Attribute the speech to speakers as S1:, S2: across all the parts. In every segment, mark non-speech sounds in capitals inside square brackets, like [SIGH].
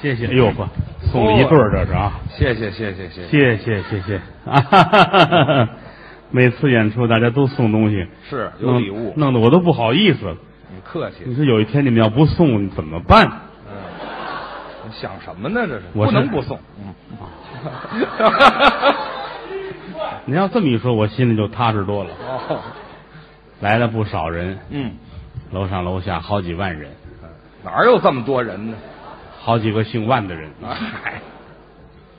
S1: 谢谢。哎呦呵，送了一对儿这是啊，
S2: 谢谢谢谢谢谢，
S1: 谢谢谢谢 [LAUGHS] 啊！哈哈哈哈每次演出大家都送东西，
S2: 是有
S1: 弄
S2: 礼物，
S1: 弄得我都不好意思了。
S2: 你客气，
S1: 你说有一天你们要不送怎么办？
S2: 嗯你想什么呢？这是
S1: 我
S2: 不
S1: 是
S2: 能不送，嗯，
S1: 你要这么一说，我心里就踏实多了。
S2: [LAUGHS] 哦，
S1: 来了不少人，
S2: 嗯，
S1: 楼上楼下好几万人，
S2: 哪有这么多人呢？
S1: 好几个姓万的人，
S2: 啊嗨，
S1: [LAUGHS]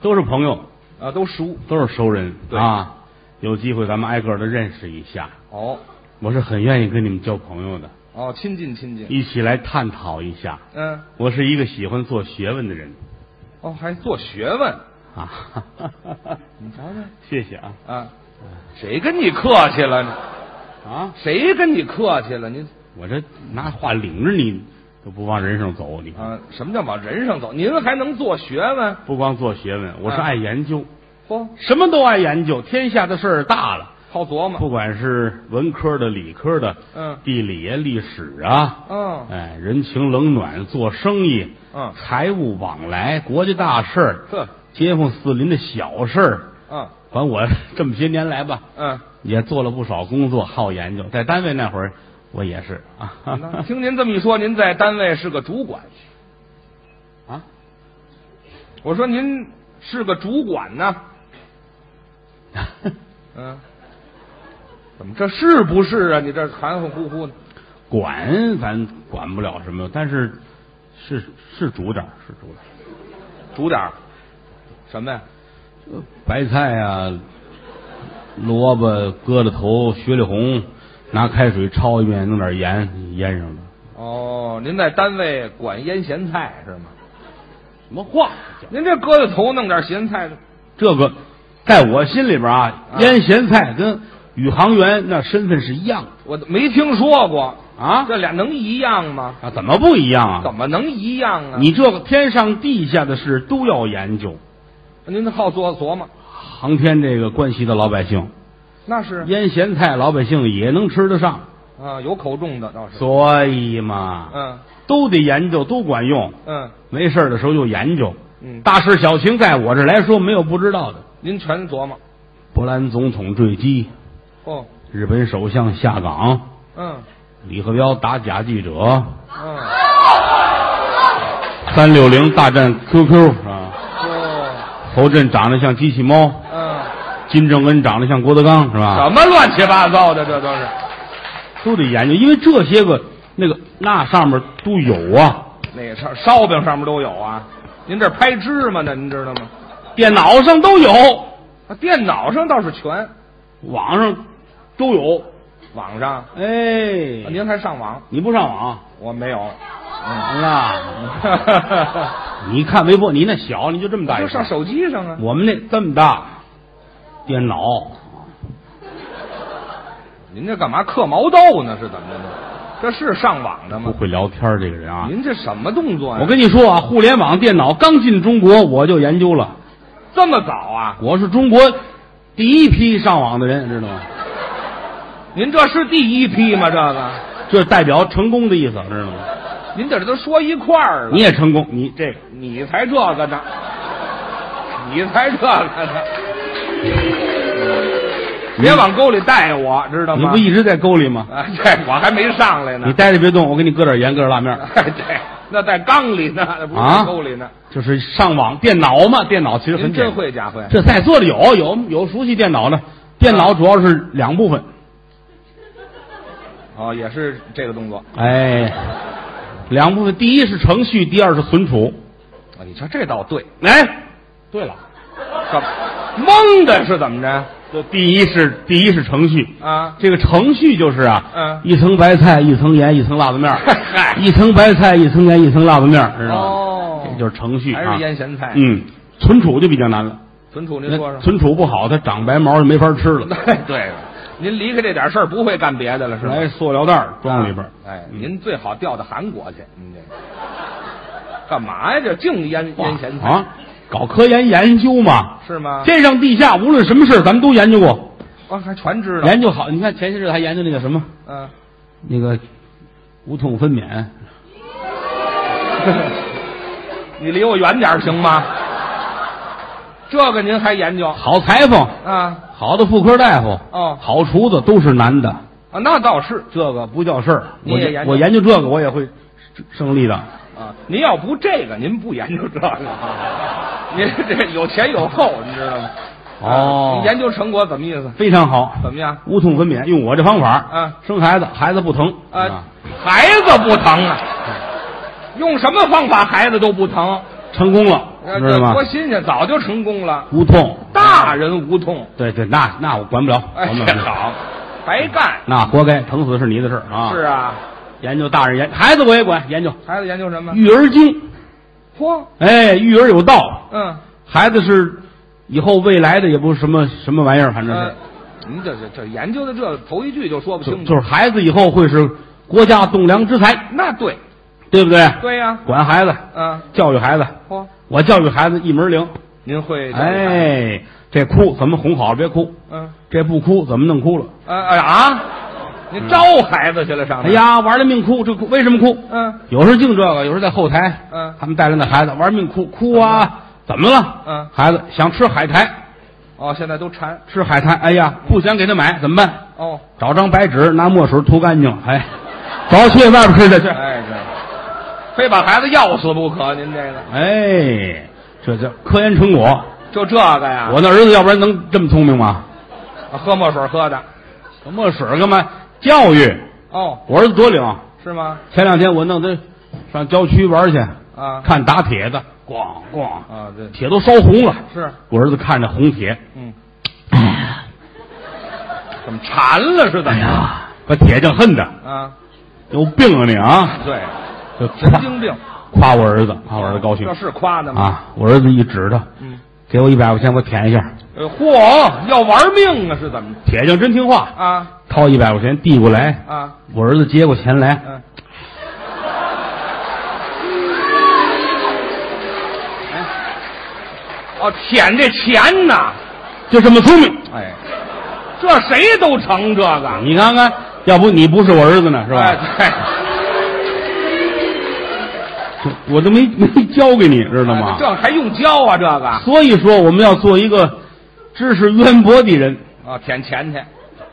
S1: 都是朋友，
S2: 啊，都熟
S1: 都是熟人
S2: 对
S1: 啊。有机会咱们挨个的认识一下，
S2: 哦
S1: 我是很愿意跟你们交朋友的，
S2: 哦，亲近亲近，
S1: 一起来探讨一下。
S2: 嗯，
S1: 我是一个喜欢做学问的人
S2: 哦，还做学问，
S1: 啊， [LAUGHS]
S2: 你瞧瞧
S1: 谢谢啊
S2: 啊，谁跟你客气了呢？
S1: 啊！
S2: 谁跟你客气了？您
S1: 我这拿话领着你，都不往人上走。你看，
S2: 啊，什么叫往人上走？您还能做学问？
S1: 不光做学问，我是
S2: 啊
S1: 爱研究，
S2: 嚯，
S1: 什么都爱研究，天下的事儿大了。
S2: 好琢磨，
S1: 不管是文科的、理科的，
S2: 嗯
S1: 地理啊、历史啊，
S2: 嗯
S1: 哎，人情冷暖、做生意，
S2: 嗯
S1: 财务往来、国家大事儿、
S2: 呵，
S1: 街坊四邻的小事儿，
S2: 嗯
S1: 反正我这么些年来吧，
S2: 嗯，
S1: 也做了不少工作，好研究。在单位那会儿，我也是啊
S2: [LAUGHS] 嗯那听您这么一说，您在单位是个主管，
S1: [LAUGHS] 啊， [LAUGHS]
S2: 我说您是个主管呢，嗯，怎么这是不是啊？你这含含糊糊的，
S1: 管咱管不了什么，但是是是主点儿是主点儿
S2: 煮点儿什么呀？
S1: 呃白菜啊，萝卜、疙瘩头、雪里红，拿开水焯一遍，弄点盐腌上了。
S2: 哦，您在单位管腌咸菜是吗？
S1: 什么话？
S2: 您这疙瘩头弄点咸菜，
S1: 这个在我心里边啊，
S2: 啊
S1: 腌咸菜跟宇航员那身份是一样的
S2: 我没听说过，
S1: 啊
S2: 这俩能一样吗？
S1: 啊，怎么不一样啊
S2: 怎？么能一样啊？
S1: 你这个天上地下的事都要研究，
S2: 您好琢琢磨，
S1: 航天这个关系到老百姓，
S2: 那是
S1: 腌咸菜老百姓也能吃得上，
S2: 啊，有口重的倒是，
S1: 所以嘛，
S2: 嗯
S1: 都得研究，都管用。
S2: 嗯
S1: 没事儿的时候就研究，
S2: 嗯，
S1: 大事小情，在我这儿来说没有不知道的。
S2: 您全琢磨
S1: 波兰总统坠机，
S2: 哦，
S1: 日本首相下岗，
S2: 嗯
S1: 李鹤彪打假记者，
S2: 嗯，
S1: 三六零大战 QQ 啊，
S2: 哦
S1: 侯震长得像机器猫，
S2: 嗯，
S1: 金正恩长得像郭德纲，是吧？
S2: 什么乱七八糟的，这都是
S1: 都得研究，因为这些个那个那上面都有啊，
S2: 那个烧烧饼上面都有啊。您这拍芝麻呢，您知道吗？
S1: 电脑上都有，
S2: 啊，电脑上倒是全，
S1: 网上都有。
S2: 网上、
S1: 哎
S2: 啊，您啊还上网，
S1: 你不上网，
S2: 我没有，
S1: 行
S2: [LAUGHS]
S1: 了，
S2: 嗯，
S1: 你看微博，你那小，你就这么大一
S2: 就
S1: 个
S2: 上手机上啊。
S1: 我们那这么大，电脑
S2: 嗯您这干嘛刻毛豆呢？是怎么着呢？这是上网的
S1: 不
S2: 吗？
S1: 会聊天儿这个人啊。
S2: 您这什么动作呀、
S1: 我跟你说啊，互联网电脑刚进中国，我就研究了，
S2: 这么早啊？
S1: 我是中国第一批上网的人，知道吗？
S2: 您这是第一批吗？这个，
S1: 这代表成功的意思，知道吗？
S2: 您这都说一块儿了。
S1: 你也成功，你这个
S2: 你才这个呢，你才这个呢，别往沟里带我，知道
S1: 你
S2: 吗？
S1: 不一直在沟里吗？
S2: 啊，对，我还没上来呢
S1: 你。待着别动，我给你搁点盐，搁点辣面儿。
S2: [LAUGHS] 哎，对，那在缸里呢，那不是
S1: 啊
S2: 在沟里呢。
S1: 就是上网电脑嘛，电脑其实很
S2: 您
S1: 简
S2: 真
S1: 单。
S2: 会假会，
S1: 这在座的有有有熟悉电脑的，电脑主要是两部分，
S2: 哦，也是这个动作。
S1: 哎，两部分，第一是程序，第二是存储。
S2: 啊，你瞧这倒对，
S1: 哎，对 [LAUGHS] 了，
S2: 怎么蒙的是怎么着
S1: 这第一是第一是程序，
S2: 啊？
S1: 这个程序就是啊，
S2: 嗯
S1: 一层白菜，一层盐，一层辣子面儿，
S2: 嗨
S1: 一层白菜，一层盐，一层辣子面儿，知道吗？
S2: 哦
S1: 这就是程序
S2: 还
S1: 啊
S2: 是。腌咸菜？，
S1: 嗯，存储就比较难了，
S2: 存储您说说。
S1: 存储不好，它长白毛就没法吃了。
S2: 哎， [LAUGHS] 对了，您离开这点事儿不会干别的了是吧？
S1: 来塑料袋儿装里边儿，
S2: 哎，
S1: 嗯
S2: 您最好调到韩国去，您这干嘛呀？这净腌腌咸菜、
S1: 啊，搞科研研究嘛，
S2: 是吗？
S1: 天上地下无论什么事儿咱们都研究过，
S2: 啊，还全知道。
S1: 研究好。你看前些日子还研究那个什么。
S2: 嗯、
S1: 那个无痛分娩，
S2: [LAUGHS] 你离我远点儿行吗？这个您还研究
S1: 好裁缝，
S2: 啊？
S1: 好的妇科大夫，
S2: 哦
S1: 好厨子都是男的，
S2: 啊，那倒是
S1: 这个不叫事儿。
S2: 你
S1: 我
S2: 也
S1: 就
S2: 研究
S1: 我研究这个，我也会胜利的。
S2: 啊。您要不这个，您不研究这个，啊您这有前有后，你知道吗？
S1: 哦
S2: 啊你研究成果怎么意思？
S1: 非常好，
S2: 怎么样？
S1: 无痛分娩，用我这方法，
S2: 嗯
S1: 生孩子，孩子不疼
S2: 啊，，孩子不疼啊？用什么方法孩子都不疼？
S1: 成功了，
S2: 啊
S1: 知道吗嗯
S2: 多？新鲜，早就成功了。
S1: 无痛，
S2: 大人无痛，
S1: 对对，那那我管不了，
S2: 哎，
S1: 管不了，
S2: 好，白干。
S1: 那活该，疼死是你的事儿啊。
S2: 是啊，
S1: 研究大人研孩子我也管研究
S2: 孩子研究什么？
S1: 育儿经，
S2: 嚯，
S1: 哎，育儿有道，
S2: 嗯，
S1: 孩子是以后未来的也不是什么什么玩意儿，反正
S2: 呃
S1: 是，
S2: 您这这这研究的这头一句就说不
S1: 就
S2: 清
S1: 就
S2: 楚。
S1: 是孩子以后会是国家栋梁之才，
S2: 那对，
S1: 对不对？
S2: 对呀，
S1: 管孩子，
S2: 嗯，
S1: 教育孩子，
S2: 嚯，
S1: 我教育孩子一门儿灵，
S2: 您会，
S1: 哎，
S2: 啊
S1: 这哭怎么哄好了别哭，
S2: 嗯，
S1: 这不哭怎么弄哭了？
S2: 呃呃啊，您招孩子去了
S1: 嗯
S2: 上
S1: 哎
S2: 面？，
S1: 呀，玩了命哭，这哭为什么哭？
S2: 嗯
S1: 有时候净这个，有时候在后台，
S2: 嗯
S1: 他们带着那孩子玩命哭，哭啊，怎么了？
S2: 嗯，
S1: 孩子想吃海苔，
S2: 哦，现在都馋
S1: 吃海苔，哎呀，不想给他买怎么办？
S2: 哦，
S1: 找张白纸，拿墨水涂干净，哎， [LAUGHS] 走去外边吃去去。
S2: 哎这，非把孩子要死不可，您这个
S1: 哎，这叫科研成果。
S2: 就这个呀？
S1: 我那儿子要不然能这么聪明吗？
S2: 我喝墨水喝的，
S1: 什么水干嘛？教育，
S2: 哦，
S1: 我儿子多灵。
S2: 是吗？
S1: 前两天我弄他上郊区玩去，
S2: 啊
S1: 看打铁的，咣咣，
S2: 啊，对，
S1: 铁都烧红了。
S2: 是，
S1: 我儿子看着红铁，
S2: 嗯，怎么馋了是怎
S1: 哎
S2: 么着？
S1: 呀，把铁正恨的，
S2: 啊，
S1: 有病啊你啊！
S2: 对，
S1: 就
S2: 神
S1: 夸
S2: 经病。
S1: 夸我儿子，夸我儿子高兴
S2: 这是夸的吗？
S1: 啊！我儿子一指他，
S2: 嗯，
S1: 给我一百块钱，我舔一下。
S2: 呃，嚯，要玩命啊，是怎么着？
S1: 铁匠真听话，
S2: 啊
S1: 掏一百块钱递过来，
S2: 啊，
S1: 我儿子接过钱来，
S2: 嗯、哦，舔这钱呐，
S1: 就这么聪明。
S2: 哎，这谁都成这个
S1: 你看看，要不你不是我儿子呢，是
S2: 哎
S1: 吧？我都没没教给你，知
S2: 对，
S1: 道吗？
S2: 这还用教啊？这个
S1: 所以说，我们要做一个知识渊博的人。
S2: 啊，舔钱去，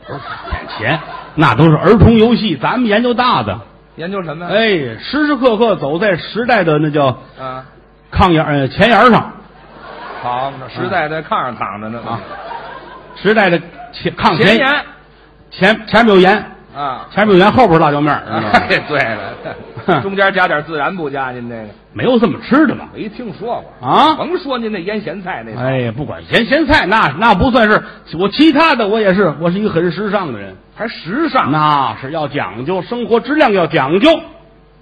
S1: 不是舔钱，那都是儿童游戏，咱们研究大的。
S2: 研究什么呀？
S1: 哎，时时刻刻走在时代的那叫
S2: 啊，
S1: 炕沿呃前沿上
S2: 好，那实在在炕上躺着呢
S1: 啊，时代的前炕
S2: 前
S1: 前
S2: 言
S1: 前前面有盐，
S2: 啊。
S1: 前面有盐，后边是辣椒面儿，知道
S2: [LAUGHS] 哎
S1: 吗，[LAUGHS]
S2: 对了，中间加点孜然不加？您这个
S1: 没有这么吃的嘛
S2: 没听说过
S1: 啊！
S2: [LAUGHS] 甭说您那腌咸菜那套，
S1: 哎，不管咸咸菜，那那不算是我其他的，我也是，我是一个很时尚的人，
S2: 还时尚，
S1: 那是要讲究生活质量，要讲究，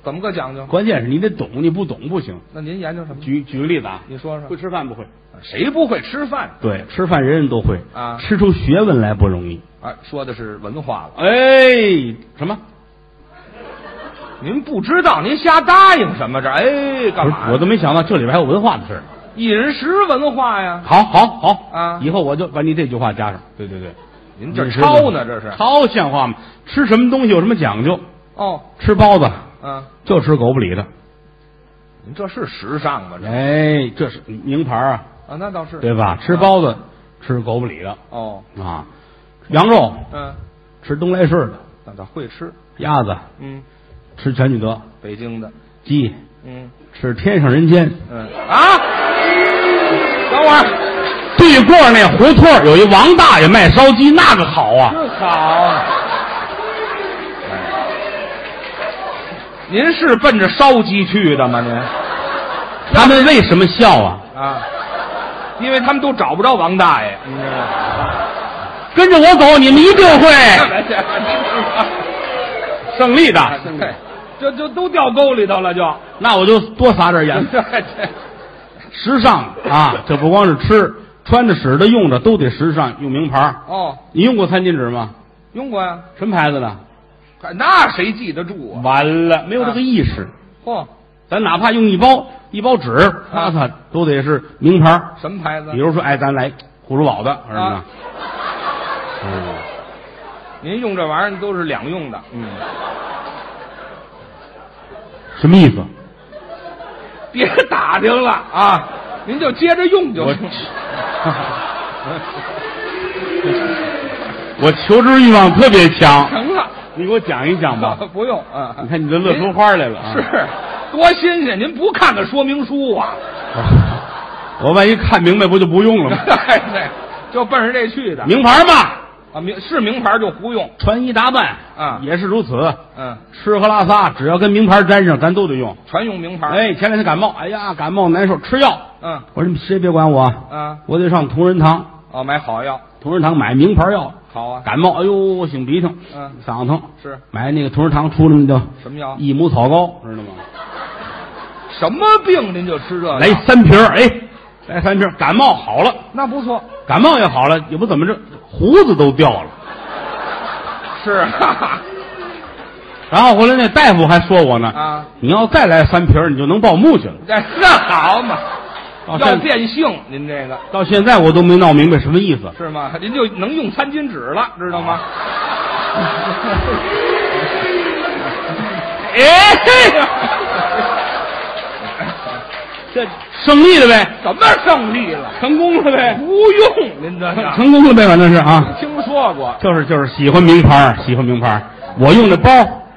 S2: 怎么个讲究？
S1: 关键是你得懂，你不懂不行。
S2: 那您研究什么？
S1: 举举个例子啊，
S2: 你说说
S1: 会，吃饭不会？
S2: 谁不会吃饭
S1: 对，吃饭人人都会
S2: 啊
S1: 吃出学问来不容易。
S2: 啊？说的是文化了，
S1: 哎，什么？
S2: 您不知道，您瞎答应什么这？哎，干
S1: 不
S2: 嘛
S1: 是
S2: 呀？
S1: 我都没想到这里边还有文化的事儿。
S2: 饮食文化呀！
S1: 好，好，好
S2: 啊
S1: 以后我就把你这句话加上。对对对，
S2: 您这抄呢？这是
S1: 抄像话吗？吃什么东西有什么讲究？
S2: 哦，
S1: 吃包子
S2: 嗯，
S1: 就吃狗不理的。
S2: 您这是时尚吗？这
S1: 哎，这是名牌啊，
S2: 啊，那倒是
S1: 对吧？吃包子吃狗不理的
S2: 哦，
S1: 啊，羊肉
S2: 嗯，
S1: 吃东来顺的，
S2: 那倒会吃，
S1: 鸭子
S2: 嗯，
S1: 吃全聚德，
S2: 北京的，
S1: 鸡
S2: 嗯。
S1: 吃天上人间。
S2: 嗯啊，等会儿，
S1: 对过那胡同儿有一王大爷卖烧鸡，那个好啊！
S2: 这好啊！哎您是奔着烧鸡去的吗？您
S1: 他们为什么笑啊？
S2: 啊，因为他们都找不着王大爷，你知道吗？
S1: 跟着我走，你们一定
S2: 哎
S1: 会胜利的。
S2: 哎这就都掉沟里头了，就。
S1: 那我就多撒点
S2: 哎 [LAUGHS]
S1: [LAUGHS] 盐，时尚啊！这不光是吃，穿着、使的、用着都得时尚，用名牌儿。
S2: 哦，
S1: 你用过餐巾纸吗？
S2: 用过呀，
S1: 什么牌子的？
S2: 那谁记得住啊？
S1: 完了，没有这个意识。
S2: 嚯，
S1: 咱哪怕用一包一包纸擦擦，都得是名牌儿。
S2: 什么牌子
S1: 比？如说，哎，咱来胡说宝的，儿子呢
S2: 啊？
S1: 嗯。
S2: 您用这玩意儿都是两用的，嗯，
S1: 什么意思？
S2: 别打听了啊，您就接着用就
S1: 我
S2: 行。
S1: 我求 [LAUGHS] 知欲望特别强，
S2: 成了，
S1: 你给我讲一讲 [LAUGHS] 吧。
S2: 不用 [LAUGHS] 啊。
S1: 你看你都乐出花来了啊！
S2: 是，多新鲜！您不看看说明书啊？
S1: 我万一看明白，不就不用 [LAUGHS]
S2: [LAUGHS]
S1: 了吗？
S2: 对哎对，就奔着这去的。
S1: 名牌嘛，
S2: 啊，名是名牌就胡用。
S1: 穿衣打扮
S2: 啊
S1: 也是如此。
S2: 嗯，
S1: 吃喝拉撒，只要跟名牌沾上，咱都得用。
S2: 全用名牌。，
S1: 哎，前两天感冒，哎呀，感冒难受，吃药。
S2: 嗯
S1: 我说你谁也别管我啊，
S2: 啊，
S1: 我得上同仁堂，
S2: 哦，买好药，
S1: 同仁堂买名牌药。
S2: 好
S1: [LAUGHS]
S2: 啊。
S1: 感冒，哎呦，我擤鼻涕，
S2: 嗯，
S1: 嗓子疼，
S2: 是
S1: 买那个同仁堂出的那叫
S2: 什么药？
S1: 益母草膏，知道吗？
S2: 什么病您就吃这个？
S1: 来三瓶儿，哎，来三瓶儿，感冒好了，
S2: 那不错，
S1: 感冒也好了，也不怎么着，胡子都掉了。
S2: 是，哈哈
S1: 然后回来那大夫还说我呢，
S2: 啊，
S1: 你要再来三瓶儿，你就能报幕去了。
S2: 哎那好嘛，
S1: 到
S2: 要
S1: 现
S2: 变性，您这个
S1: 到现在我都没闹明白什么意思。
S2: 是吗？您就能用餐巾纸了，知道吗？
S1: 哎，嘿这胜利了呗，
S2: 什么胜利了？
S1: 成功了呗，
S2: 不用您这个，
S1: 成功了呗，反正是啊，
S2: 听说过
S1: 就是就是喜欢名牌儿，喜欢名牌儿。我用的包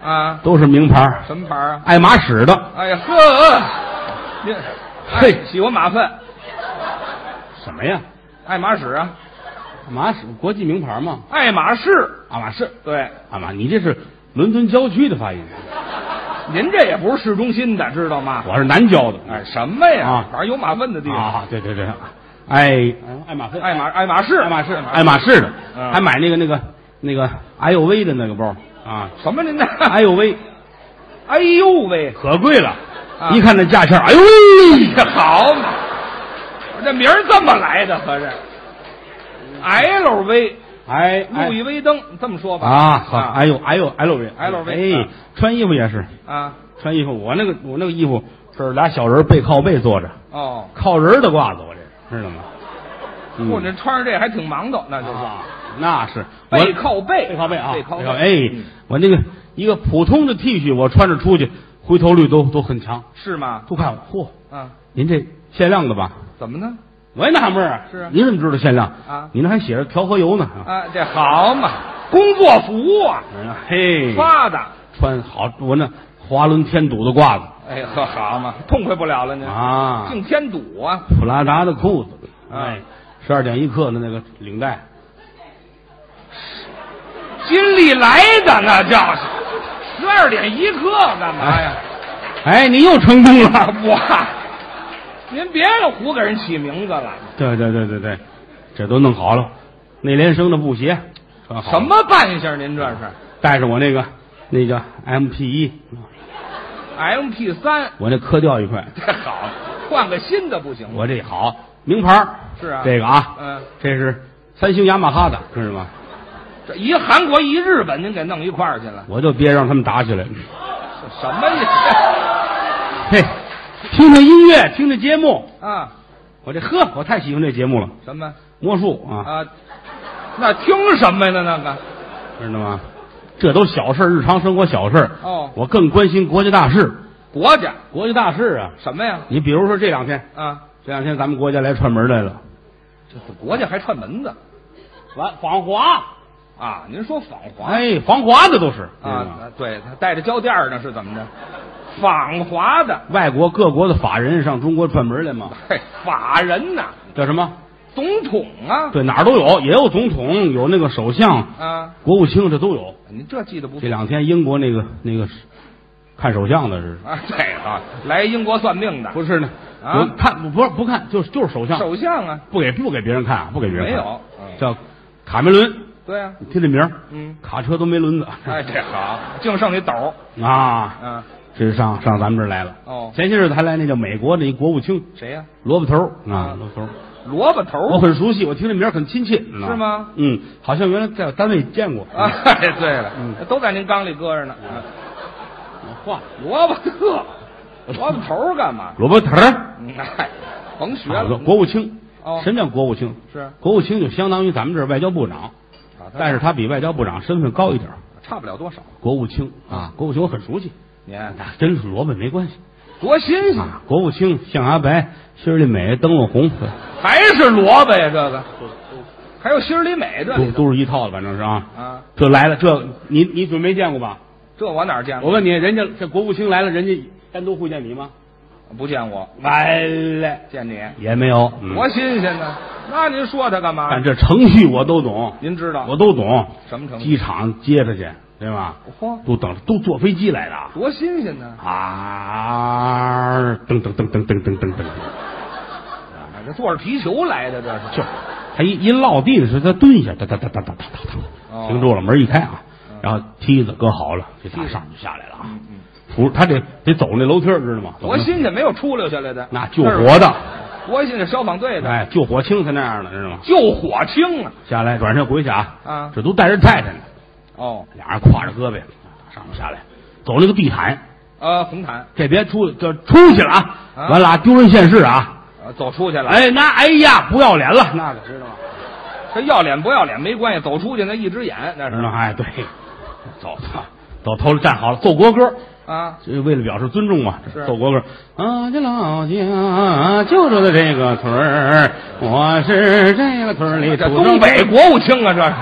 S2: 啊？
S1: 都是名牌儿，
S2: 什么牌啊？
S1: 爱马仕的。
S2: 哎呀呵，您
S1: 嘿
S2: 哎喜欢马粪，
S1: 什么呀？
S2: 爱马仕啊，
S1: 爱马仕国际名牌嘛，啊
S2: 爱马仕。
S1: 爱马仕，
S2: 对，
S1: 爱马，你这是伦敦郊区的发音，
S2: 您这也不是市中心的，知道吗？
S1: 我是南郊的。
S2: 哎，什么呀？
S1: 啊
S2: 反正有马粪的地方。
S1: 啊，对对哎对，爱爱马仕，
S2: 爱马爱马仕，爱马仕，
S1: 爱马仕的，
S2: 嗯
S1: 还买那个那个那个 I O V 的那个包啊
S2: 什么您这？
S1: ，I O V
S2: 哎呦喂，
S1: 可贵了，
S2: 啊
S1: 一看那价钱，哎呦喂，
S2: 这好嘛，我这名儿这么来的，合着 LV
S1: 哎
S2: 路易
S1: 哎
S2: 威登这么说吧
S1: 啊，好，哎呦哎呦 L V
S2: LV
S1: 哎
S2: 啊，
S1: 穿衣服也是
S2: 啊
S1: 穿衣服，我那个我那个衣服这儿俩小人背靠背坐着，
S2: 哦，
S1: 靠人儿的褂子，我这是知道吗？嗯
S2: 我这穿着这还挺忙的，那就是
S1: 啊，那是我
S2: 背靠背，
S1: 背靠背啊，
S2: 背靠
S1: 哎
S2: 嗯，
S1: 我那个一个普通的 T 恤，我穿着出去，回头率都都很强。
S2: 是吗？
S1: 都看我，嚯，
S2: 啊，
S1: 您这限量的吧？
S2: 怎么呢？
S1: 我也纳闷儿，
S2: 是啊
S1: 您怎么知道限量
S2: 啊
S1: 您那还写着调和油呢。
S2: 啊，这好嘛，工作服啊，
S1: 啊，嘿，
S2: 发的，
S1: 穿好我那华伦天赌的褂子
S2: 哎呵，好嘛， [LAUGHS] 痛快不了了您，
S1: 啊，
S2: 净添堵啊，
S1: 普拉达的裤子，
S2: 啊
S1: 哎，十二点一刻的那个领带，
S2: 金利来的那叫是。十二点一刻干嘛呀？
S1: 哎，你又成功
S2: 啊 [LAUGHS]
S1: 了。
S2: 我，您别胡给人起名字了，
S1: 对对对对对，这都弄好了，内联升的布鞋，穿好了
S2: 什么扮相？您这是
S1: 带着我那个那叫 M P 一，
S2: MP 三， [LAUGHS]
S1: 我那磕掉一块，
S2: 这好，换个新的不行吗？
S1: 我这好名牌儿
S2: 是啊
S1: 这个啊，
S2: 嗯，
S1: 这是三星雅马哈的，知道吗？
S2: 这一韩国一日本，您给弄一块儿去了，
S1: 我就别让他们打起来。
S2: 这什么意
S1: 嘿，听听音乐，听听节目， [LAUGHS]
S2: 思啊？
S1: 我这呵，我太喜欢这节目了，
S2: 什么
S1: 魔术啊，
S2: 啊？那听什么呀？那个
S1: 知道吗？这都小事儿，日常生活小事儿。
S2: 哦
S1: 我更关心国家大事，
S2: 国家
S1: 国家大事啊！
S2: 什么呀？
S1: 你比如说这两天，
S2: 啊，
S1: 这两天咱们国家来串门来了，
S2: 这是国家还串门子
S1: 完访华，
S2: 啊？您说访华
S1: 哎，访华的都是
S2: 啊
S1: 知道吗
S2: 啊？对他带着胶垫儿呢，是怎么着？访华的，
S1: 外国各国的法人上中国串门来嘛，
S2: 嘿，法人呐，
S1: 叫什么？
S2: 总统啊，
S1: 对，哪儿都有，也有总统，有那个首相、
S2: 啊，
S1: 国务卿，这都有。
S2: 您这记得不
S1: 这
S2: 错
S1: 两天英国那个那个看首相的是
S2: 啊？对啊，来英国算命的，
S1: 不是呢？
S2: 啊
S1: 我看不是不看，就是就是首相，
S2: 首相啊，
S1: 不给不给别人看，不给别人
S2: 没
S1: 看。
S2: 有，嗯
S1: 叫卡梅伦，
S2: 对啊，
S1: 你听这名儿，
S2: 嗯，
S1: 卡车都没轮子。
S2: 哎，这好，净剩那斗儿，
S1: 啊，
S2: 嗯，
S1: 这是上上咱们这儿来了。
S2: 哦，
S1: 前些日子还来那叫美国的一国务卿
S2: 谁呀？
S1: 萝卜头儿啊，萝卜头儿。
S2: 萝卜头
S1: 我
S2: 儿
S1: 很熟悉，我听这名儿很亲切，是
S2: 是？吗？
S1: 嗯，好像原来在我单位见过。
S2: 啊， [LAUGHS] 哎，对了，
S1: 嗯
S2: 都在您缸里搁着呢。嗯
S1: 话
S2: 萝卜特，萝卜头儿干嘛？ [LAUGHS]
S1: 萝卜头儿，
S2: 嗯哎，甭学
S1: 啊
S2: 了。
S1: 国务卿
S2: 哦，
S1: 什么叫国务卿？
S2: 是啊，
S1: 国务卿就相当于咱们这儿外交部长，
S2: 他
S1: 但是他比外交部长身份高一点儿。
S2: 差不了多少。
S1: 国务卿啊，国务卿我很熟悉，
S2: 您
S1: 那跟萝卜没关系。
S2: 多新鲜！
S1: 啊，国务卿、象牙白、心里美、灯笼红，
S2: 还是萝卜呀，这个
S1: 嗯
S2: 还有心里美 [LAUGHS] 这
S1: 都
S2: 里头
S1: 都是一套的，反正是啊。
S2: 啊，
S1: 这来了，这你你准没见过吧？
S2: 这我哪儿见
S1: 我
S2: 过？
S1: 问你，人家这国务卿来了，人家单独会见你吗？
S2: 不见我，
S1: 完了，
S2: 见你
S1: 也没有。嗯
S2: 多新鲜呢！那您说他干嘛
S1: 但？这程序我都懂，
S2: 您知道
S1: 我都懂。
S2: 什么程度？
S1: 机场接他去，对吧？
S2: 嚯，
S1: 都等都坐飞机来的啊
S2: 多新鲜呢！
S1: 啊！噔噔噔噔噔噔噔噔，
S2: 啊
S1: 嗯
S2: 这坐着皮球来的，这是
S1: 就他一一落地的时候，他蹲下，哒哒哒哒哒哒哒
S2: 哦
S1: 哒，停住了，门一开啊
S2: 嗯，
S1: 然后梯子搁好了，这大
S2: 梯子
S1: 上就下来了啊
S2: 嗯。
S1: 扶他得得走那楼梯儿，知道吗？走
S2: 多
S1: 那
S2: 新鲜，没有出溜下来的，
S1: 那救火的，
S2: 是多新鲜，消防队的
S1: 哎，救火清他那样的，知道吗？
S2: 救火清啊！
S1: 下来转身回去啊，
S2: 啊
S1: 这都带着太太呢，
S2: 哦，
S1: 俩人挎着胳膊上面下来，走那个地毯，
S2: 呃，红毯
S1: 这别出这出去了啊，
S2: 啊
S1: 完了啊丢人现世啊！
S2: 呃走出去了。
S1: 哎，那哎呀，不要脸了，那个知道吗？
S2: 这要脸不要脸没关系，走出去那一只眼那
S1: 知道
S2: 是
S1: 吗？哎，对，走走头了，站好了，奏国歌，
S2: 啊，
S1: 这为了表示尊重嘛，
S2: 是
S1: 奏国歌。啊，这老家就住在这个村儿，我是这个村儿里
S2: 这
S1: 土
S2: 东
S1: 生北
S2: 北国务卿啊，这是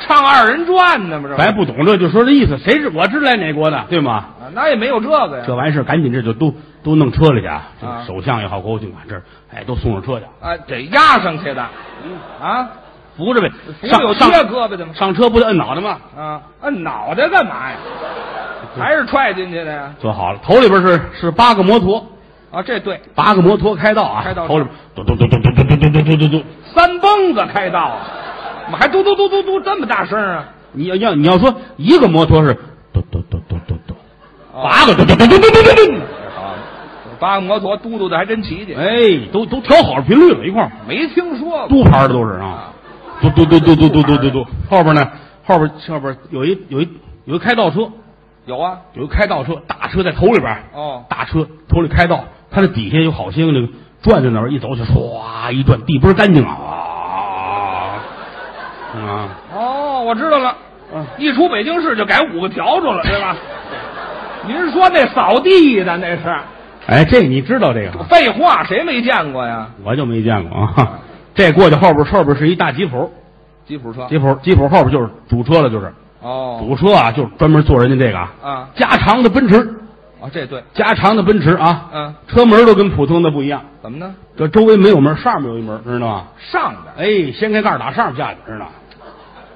S2: 唱二人转呢嘛，这
S1: 咱哎不懂这就说这意思，谁知我知来哪国的，对吗？
S2: 啊那也没有这个
S1: 这
S2: 呀。
S1: 完事儿赶紧这就都都弄车里去啊，这
S2: 啊
S1: 个首相也好，国务卿啊，这儿哎都送上车去，
S2: 啊，得压上去的，啊，
S1: 扶着呗，
S2: 不是
S1: 上
S2: 有撅
S1: 上
S2: 胳膊的吗？
S1: 上车不得摁脑袋吗？
S2: 啊，摁脑袋干嘛呀？还是踹进去的呀？
S1: 坐好了，头里边是是八个摩托，
S2: 啊，这对，
S1: 八个摩托开道啊，
S2: 开道
S1: 头里边嘟嘟嘟嘟嘟嘟嘟嘟嘟嘟嘟。
S2: 三蹦子开道啊，怎么还嘟嘟嘟嘟嘟这么大声啊？
S1: 你要要你要说一个摩托是嘟嘟嘟嘟嘟嘟，
S2: 哦
S1: 八个嘟嘟嘟嘟嘟嘟嘟嘟，
S2: 好，八个摩托嘟嘟的还真齐去，
S1: 哎，都都调好了频率了，一块儿
S2: 没听说过。
S1: 嘟牌的都是啊，嘟嘟嘟嘟嘟嘟嘟嘟嘟，后边呢，后边后边有一有一有一开道车，
S2: 有啊，
S1: 有一开道车，大车在头里边儿，
S2: 哦，
S1: 大车头里开道，它的底下有好些个那个转在那儿，一走起唰一转，地倍儿干净啊！啊
S2: 哦，我知道了，
S1: 啊！
S2: 一出北京市就改五个笤帚了，对吧？ [LAUGHS] 您说那扫地的那是？
S1: 哎，这你知道这个啊？
S2: 废话，谁没见过呀？
S1: 我就没见过啊！这过去后边后边是一大吉普，
S2: 吉普车
S1: 吉普吉普后边就是主车了，就是
S2: 哦
S1: 主车啊，就是专门做人家这个啊。
S2: 啊
S1: 加长的奔驰，
S2: 啊，这对，
S1: 加长的奔驰啊，
S2: 嗯，
S1: 车门都跟普通的不一样，
S2: 怎么呢？
S1: 这周围没有门，上面有一门，知道吗？
S2: 上边
S1: 哎，掀开盖儿打上面下去，知道吗？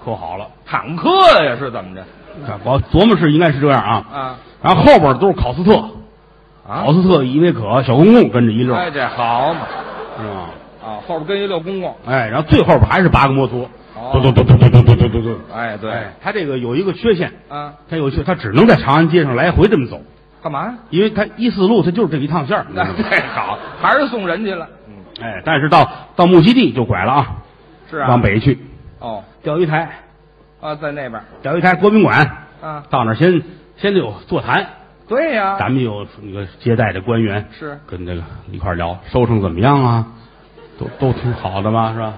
S1: 扣好了。
S2: 坦克呀，是怎么着？
S1: 这我啊琢磨是应该是这样啊，
S2: 啊
S1: 然后后边都是考斯特，
S2: 啊
S1: 考！斯特、依维可、小公公跟着一溜，
S2: 哎，
S1: 是
S2: 这好嘛
S1: 吧？
S2: 啊，后边跟一溜公公。
S1: 哎，然后最后边还是八个摩托，
S2: 哦
S1: 嘟嘟嘟嘟嘟嘟嘟嘟嘟嘟。
S2: 哎，对
S1: 哎，它这个有一个缺陷，
S2: 啊，
S1: 它有一缺，它只能在长安街上来回这么走，
S2: 干嘛呀？
S1: 因为它一四路它就是这一趟线儿。你知
S2: 那
S1: 道吗
S2: 这哎好，还是送人去了。嗯，
S1: 哎，但是到到目的地就拐了啊，
S2: 是啊。
S1: 往北去，
S2: 哦
S1: 钓鱼台，
S2: 啊，在那边
S1: 钓鱼台国宾馆，
S2: 啊，
S1: 到那儿先先得有座谈，
S2: 对呀，
S1: 咱们有那个接待的官员，
S2: 是
S1: 跟这个一块儿聊收成怎么样啊？都都挺好的吧，是吧？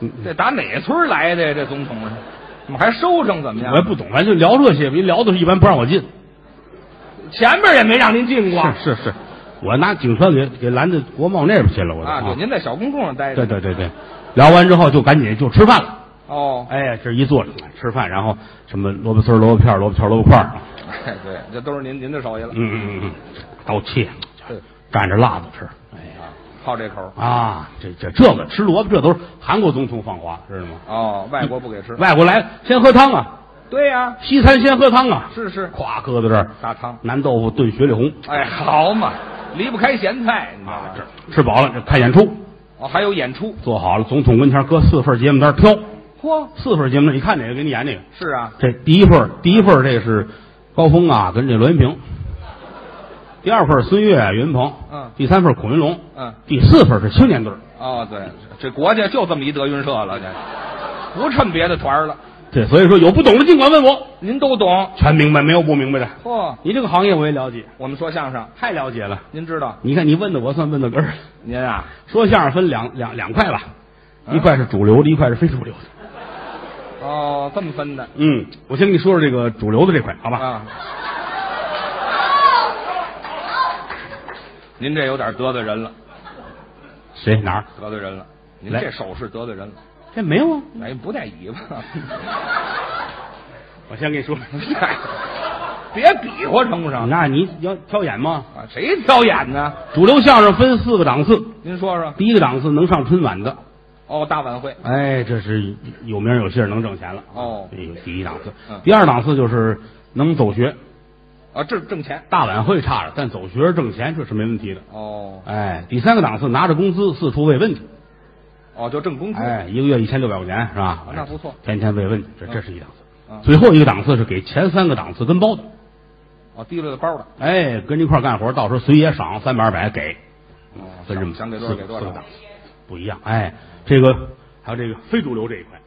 S1: 嗯
S2: 这打哪村来的呀？这总统是，怎么还收成怎么
S1: 我也
S2: 样？
S1: 不懂，反正就聊这些，一聊的是一般不让我进。
S2: 前边也没让您进过
S1: 是是是，我拿警车给给拦在国贸那边去了，我都
S2: 啊，对，您在小公共上待着。
S1: 对对对对，聊完之后就赶紧就吃饭了。
S2: 哦，
S1: 哎呀，这一坐着吃饭，然后什么萝卜丝儿、萝卜片儿、萝卜条儿、萝卜块儿，
S2: 哎，对，这都是您您的手艺了
S1: 嗯。嗯嗯嗯，刀切，
S2: 对，
S1: 蘸着辣子吃。哎呀
S2: 啊，好这口。
S1: 啊，这这这个吃萝卜，这都是韩国总统放话，知道吗？
S2: 哦，外国不给吃。
S1: 外国来了，先喝汤啊，
S2: 对呀，
S1: 西餐先喝汤啊，
S2: 是是，
S1: 咵搁在这儿，
S2: 大汤。
S1: 南豆腐炖雪里红
S2: 哎，好嘛，离不开咸菜，你知道
S1: 啊
S2: 吧，？
S1: 这吃饱了这看演出，
S2: 哦，还有演出。
S1: 做好了，总统跟前搁四份节目单挑，
S2: 嚯，
S1: 四份节目单，你看哪个给你演哪个。
S2: 是啊，
S1: 这第一份儿第一份儿这是高峰啊，跟这栾云平；第二份儿孙越、岳云鹏；
S2: 嗯
S1: 第三份儿孔云龙；
S2: 嗯，
S1: 第四份儿是青年队儿。
S2: 哦，对，这国家就这么一德云社了，这不趁别的团儿了。
S1: 对，所以说有不懂的尽管问我，
S2: 您都懂。
S1: 全明白，没有不明白的。
S2: 嚯、
S1: 你这个行业我也了解，
S2: 我们说相声，
S1: 太了解了。
S2: 您知道？
S1: 你看，你问的我算问到根儿了。
S2: 您啊，
S1: 说相声分两两两块吧，
S2: 嗯
S1: 一块是主流的，一块是非主流的。
S2: 哦，这么分的
S1: 嗯，我先跟你说说这个主流的这块，好吧？
S2: 啊，您这有点得罪人了，
S1: 谁哪儿？
S2: 得罪人了。您
S1: 来
S2: 这手势得罪人了，
S1: 这没有啊。
S2: 哎，不带尾巴， [LAUGHS]
S1: 我先跟你 [LAUGHS] 说，
S2: 哎别比划成不成？
S1: 那你要挑眼吗？
S2: 啊，谁挑眼呢？
S1: 主流相声分四个档次，
S2: 您说说。
S1: 第一个档次能上春晚的，
S2: 哦，大晚会，
S1: 哎，这是有名有姓，能挣钱了。
S2: 哦
S1: 哎呦第一档次
S2: 嗯，
S1: 第二档次就是能走学，
S2: 啊，这挣钱。
S1: 大晚会差着，但走学挣钱这是没问题的。
S2: 哦
S1: 哎，第三个档次拿着工资四处慰问去，
S2: 哦，就挣工资。
S1: 哎，一个月一千六百块钱是吧？
S2: 那不错
S1: 天天慰问去，这
S2: 嗯
S1: 这是一档次。
S2: 嗯
S1: 最后一个档次是给前三个档次跟包的，
S2: 哦，提溜着包的。
S1: 哎，跟你一块儿干活，到时候随也赏三百二百给，
S2: 哦，
S1: 分这么
S2: 想想给多
S1: 四个
S2: 少给多
S1: 四个
S2: 少
S1: 档。次不一样。哎，这个还有这个非主流这一块，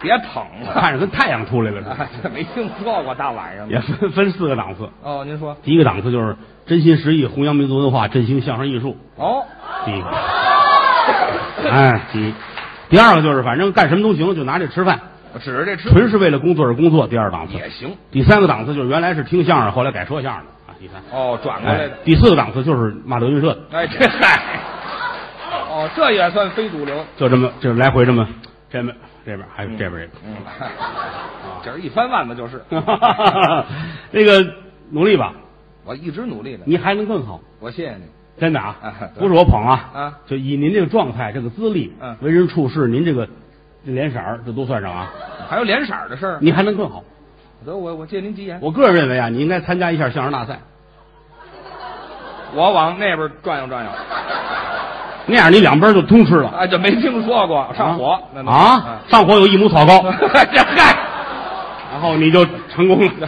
S2: 别捧了，
S1: 看着跟太阳出来
S2: [LAUGHS]
S1: 了似的，
S2: 这没听说过大晚上
S1: 也
S2: 的。
S1: 分分四个档次。
S2: 哦，您说。
S1: 第一个档次就是真心实意弘扬民族文化，振兴相声艺术。
S2: 哦，
S1: 第一
S2: [LAUGHS]
S1: 个，哎，第一，第二个就是反正干什么都行，就拿这吃饭，
S2: 指着这吃
S1: 纯是为了工作而工作。第二档次
S2: 也，行。
S1: 第三个档次就是原来是听相声，后来改说相声的啊。第三，
S2: 哦，转过来
S1: 哎
S2: 的。，
S1: 第四个档次就是骂德云社的，
S2: 哎，这嗨，哦，这也算非主流。
S1: 就这么就来回这么这么这边还有哎这边这边。
S2: 嗯，今儿一翻腕子
S1: [LAUGHS]
S2: 就是。嗯
S1: 那个努力吧，
S2: 我一直努力的，
S1: 你还能更好，
S2: 我谢谢你。
S1: 真的
S2: 啊
S1: 啊，
S2: 对
S1: 不是我捧啊，
S2: 啊
S1: 就以您这个状态、这个资历、
S2: 嗯
S1: 为人处事，您这个这脸色儿，这都算上啊，
S2: 还有脸色儿的事儿，
S1: 你还能更好。
S2: 得我我借您吉言，
S1: 我个人认为啊，你应该参加一下相声大赛，
S2: 我往那边转悠转悠。
S1: 那样你两边就通吃了。
S2: 啊，这没听说过上火那嗯
S1: 啊啊，上火有一亩草膏，
S2: [LAUGHS] 这嗨，
S1: 然后你就成功了。
S2: [LAUGHS]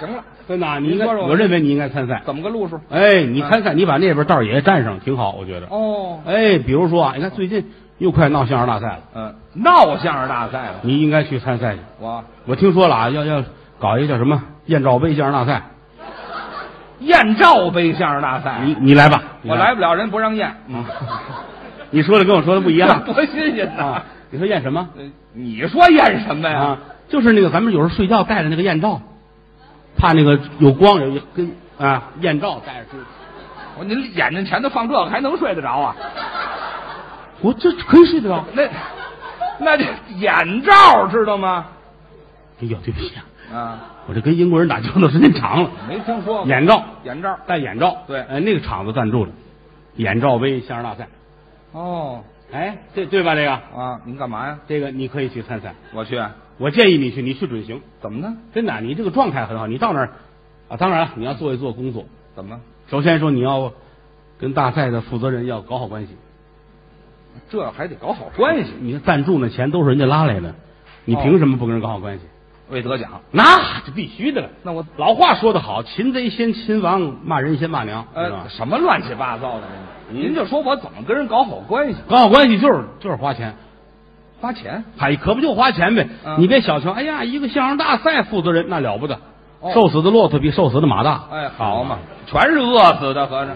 S2: 行了，
S1: 真的啊，你应该，
S2: 您说说
S1: 我认为你应该参赛。
S2: 怎么个路数？
S1: 哎，你
S2: 啊
S1: 参赛，你把那边道儿也占上，挺好，我觉得。
S2: 哦，
S1: 哎，比如说啊，你看最近又快闹相声大赛了，
S2: 嗯，闹相声大赛了，
S1: 你应该去参赛去。
S2: 我
S1: 我听说了啊，要要搞一个叫什么艳照杯相声大赛，
S2: 验照杯相声大赛，
S1: 你你来吧，你
S2: 我来不了，人不让验，
S1: 啊！ [LAUGHS] 你说的跟我说的不一样
S2: [LAUGHS] 多新鲜呐
S1: 啊！！你说验什么
S2: 呃你说验什么呀？
S1: 啊？就是那个咱们有时候睡觉带着那个艳照，怕那个有光有跟啊艳照带着睡。
S2: 我您眼睛前头放这个，还能睡得着啊？
S1: 我这可以睡得着。
S2: 那那这眼罩知道吗？
S1: 哎呦，对不起啊，
S2: 啊，
S1: 我这跟英国人打交道时间长了，
S2: 没听说过
S1: 眼罩
S2: 眼罩
S1: 戴眼罩，
S2: 对
S1: 哎，那个厂子赞助的眼罩杯相声大赛，
S2: 哦
S1: 哎，对对吧？这个
S2: 啊！您干嘛呀？
S1: 这个你可以去参赛，
S2: 我去，
S1: 我建议你去，你去准行。
S2: 怎么呢？
S1: 真的，你这个状态很好。你到那儿啊，当然了，你要做一做工作。
S2: 怎么？
S1: 首先说，你要跟大赛的负责人要搞好关系。
S2: 这还得搞好关系，
S1: 你看赞助那钱都是人家拉来的，你
S2: 哦
S1: 凭什么不跟人搞好关系？
S2: 为得奖。
S1: 那这必须的了。
S2: 那我
S1: 老话说得好，擒贼先擒王，骂人先骂娘，是吧
S2: 呃，？什么乱七八糟的？
S1: 嗯
S2: 您您就说我怎么跟人搞好关系？
S1: 搞好关系就是就是花钱，
S2: 花钱
S1: 嗨，哎可不就花钱呗？
S2: 嗯
S1: 你别小瞧，哎呀，一个相声大赛负责人那了不得，
S2: 哦
S1: 瘦死的骆驼比瘦死的马大。嗯
S2: 哎，好嘛，全是饿死的，合着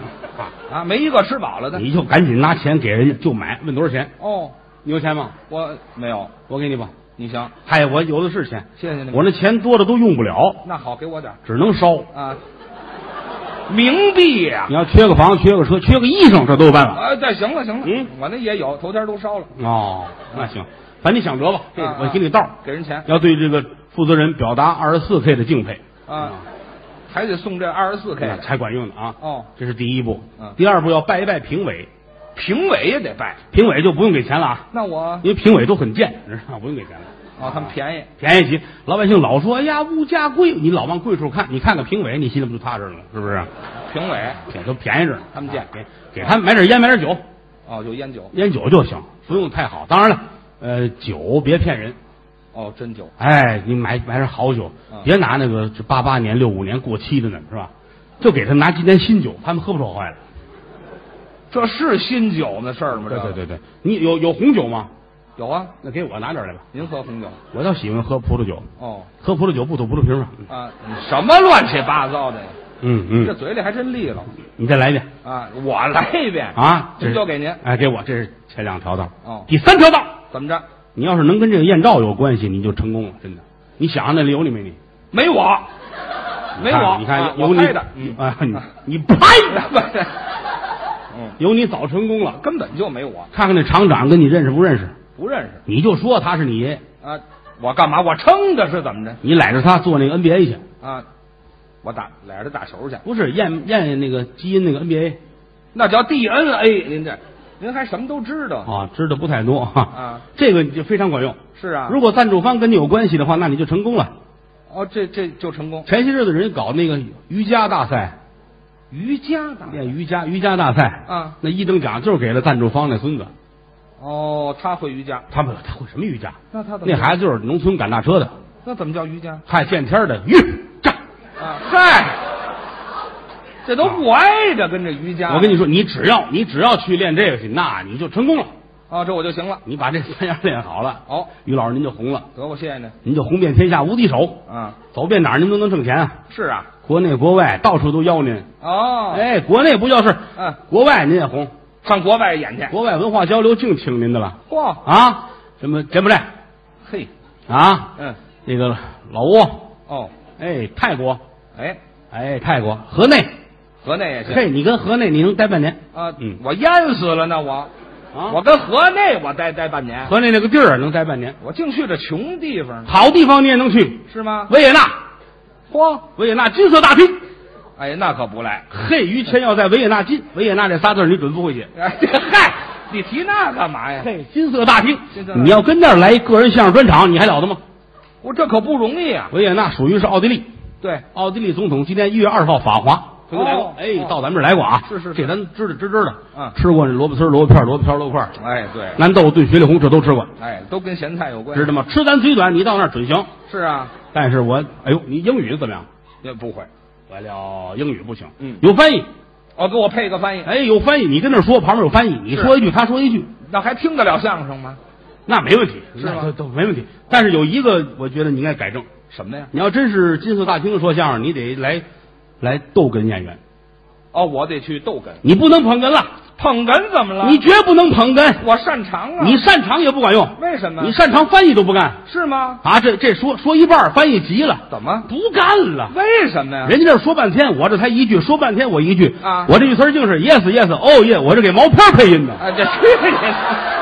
S2: 啊，没一个吃饱了的。
S1: 你就赶紧拿钱给人家就买，问多少钱？
S2: 哦，
S1: 你有钱吗？
S2: 我没有，
S1: 我给你吧。
S2: 你行，
S1: 嗨，我有的是钱，
S2: 谢谢你。
S1: 我那钱多的都用不了，
S2: 那好，给我点儿
S1: 只能烧。
S2: 啊，冥币呀、
S1: 你要缺个房，缺个车，缺个衣裳，这都有办法。
S2: 啊，对，行了行了，
S1: 嗯，
S2: 我那也有，头天都烧了，
S1: 哦，那行，反正你想辙吧。这
S2: 啊
S1: 我给你道儿，
S2: 给人钱
S1: 要对这个负责人表达二十四 K 的敬佩嗯
S2: 啊，还得送这二十四 K
S1: 那才管用呢啊。
S2: 哦，
S1: 这是第一步
S2: 嗯。
S1: 第二步要拜一拜评委，
S2: 评委也得拜。
S1: 评委就不用给钱了啊，
S2: 那我
S1: 因为评委都很贱，知道吗不用给钱了。
S2: 哦，他们便宜，
S1: 便宜极，老百姓老说：“哎呀，物价贵。”你老往贵处看，你看看评委，你心里不就踏实了吗？是不是？
S2: 评委
S1: 也都便宜着呢。
S2: 他们贱
S1: 给给他们买点烟，买点酒，
S2: 哦，就烟酒
S1: 烟酒就行，不用太好。当然了，呃，酒别骗人，
S2: 哦，真酒
S1: 哎，你买买点好酒
S2: 嗯，
S1: 别拿那个八八年、六五年过期的呢，是吧？就给他们拿今年新酒，他们喝不出好坏来。
S2: 这是新酒的事儿吗？
S1: 对
S2: 这个
S1: 对对对，你有有红酒吗？
S2: 有啊，
S1: 那给我拿点来吧，
S2: 您喝红酒
S1: 我倒喜欢喝葡萄酒，
S2: 哦
S1: 喝葡萄酒不吐葡萄皮嘛。
S2: 啊，什么乱七八糟的呀？
S1: 嗯
S2: 这
S1: 嗯，
S2: 嘴里还真利落
S1: 你再来一遍
S2: 啊！我来一遍
S1: 啊！这
S2: 这
S1: 是
S2: 就给您
S1: 哎，给我，这是前两条道。
S2: 哦
S1: 第三条道，
S2: 怎么着？
S1: 你要是啊能跟这个艳照有关系，你就成功了，真的。你想那里有你没你？
S2: 没我，
S1: 你
S2: 没
S1: 看
S2: 我
S1: 你看
S2: 啊
S1: 有
S2: 我
S1: 你
S2: 拍的嗯
S1: 啊，
S2: [LAUGHS]
S1: 你你拍
S2: 不
S1: 的，
S2: 是， [LAUGHS] 嗯，
S1: 有你早成功了。
S2: 根本就没我，
S1: 看看那厂长跟你认识不认识，
S2: 不认识
S1: 你就说他是你爷爷，
S2: 啊。我干嘛？我撑着是怎么着
S1: 你揽着他做那个 NBA 去，
S2: 啊？我打俩着打球去，
S1: 不是验验那个基因那个 NBA
S2: 那叫 DNA。您这，您还什么都知道
S1: 啊，知道不太多啊，
S2: 啊？
S1: 这个你就非常管用。
S2: 是啊，
S1: 如果赞助方跟你有关系的话，那你就成功了。
S2: 哦，这这就成功。
S1: 前些日子人家搞那个瑜伽大赛，
S2: 瑜伽打
S1: 练瑜伽瑜伽大赛，
S2: 啊，
S1: 那一等奖就是给了赞助方那孙子，
S2: 哦，他会瑜伽，
S1: 他们他会什么瑜伽？
S2: 那他怎么
S1: 那孩子就是农村赶大车的，
S2: 那怎么叫瑜伽
S1: 嗨，见天儿的瑜伽。
S2: 啊？嗨，这都不挨着，跟这瑜伽。
S1: 我跟你说，你只要你只要去练这个去，那你就成功了。
S2: 啊，这我就行了。
S1: 你把这三样练好了，
S2: 哦，
S1: 于老师您就红了，
S2: 得我谢谢您
S1: 您就红遍天下无敌手，
S2: 啊。
S1: 走遍哪儿您都能挣钱啊！
S2: 是啊，
S1: 国内国外到处都邀您。
S2: 哦，
S1: 哎，国内不叫事，
S2: 嗯，
S1: 国外您也红，
S2: 上国外演去。
S1: 国外文化交流净听您的了
S2: 嚯，
S1: 啊！什么柬埔寨
S2: 嘿，
S1: 啊，
S2: 嗯，
S1: 那个老挝，
S2: 哦，
S1: 哎，泰国，
S2: 哎，
S1: 哎，泰国，河内，
S2: 河内也行
S1: 嘿，你跟河内你能待半年
S2: 啊
S1: 嗯。
S2: 我淹死了呢，我
S1: 啊？
S2: 我跟河内我待待半年，
S1: 河内那个地儿啊能待半年，
S2: 我净去这穷地方，
S1: 好地方你也能去，
S2: 是吗？
S1: 维也纳，
S2: 嚯，
S1: 维也纳金色大厅。
S2: 哎，那可不赖。
S1: 嘿，于谦要在维也纳进，维也纳这仨字儿你准不会写。
S2: 哎，嗨，你提那干嘛呀？
S1: 嘿，金色大厅
S2: 金色大，厅
S1: 你要跟那儿来一个人相声专场，你还了得吗？
S2: 我这可不容易啊。
S1: 维也纳属于是奥地利，
S2: 对，
S1: 奥地利总统今年一月二号访华，曾经来过
S2: 哦，
S1: 哎
S2: 哦，
S1: 到咱们这儿来过啊，
S2: 是是是
S1: 这咱知道知知的，
S2: 嗯
S1: 啊吃过那萝卜丝儿、萝卜片儿、萝卜条儿、萝卜块儿，
S2: 哎对，
S1: 南豆炖雪里红这都吃过，
S2: 哎，都跟咸菜有关。
S1: 知道吗？吃咱嘴短，你到那儿准行。
S2: 是啊，
S1: 但是我，哎呦，你英语怎么样？
S2: 也不会。
S1: 完了，英语不行，
S2: 嗯
S1: 有翻译，
S2: 哦，给我配个翻译，
S1: 哎，有翻译，你跟那儿说，旁边有翻译，你
S2: 是
S1: 说一句，他说一句，
S2: 那还听得了相声吗？
S1: 那没问题，
S2: 是吗
S1: 那都都没问题。但是有一个，我觉得你应该改正。
S2: 什么呀？
S1: 你要真是金色大厅说相声，你得来来逗哏演员，
S2: 哦，我得去逗哏，
S1: 你不能捧哏了，
S2: 捧哏怎么了？
S1: 你绝不能捧哏，
S2: 我擅长啊。
S1: 你擅长也不管用，
S2: 为什么？
S1: 你擅长翻译都不干
S2: 是吗？
S1: 啊！这这说说一半儿，翻译急了，
S2: 怎么？
S1: 不干了。
S2: 为什么呀？
S1: 人家这说半天，我这才一句；说半天我一句。
S2: 啊
S1: 哦我这句词儿竟是 yes yes oh yeah，我这给毛片儿配音的。
S2: 啊，这去你的！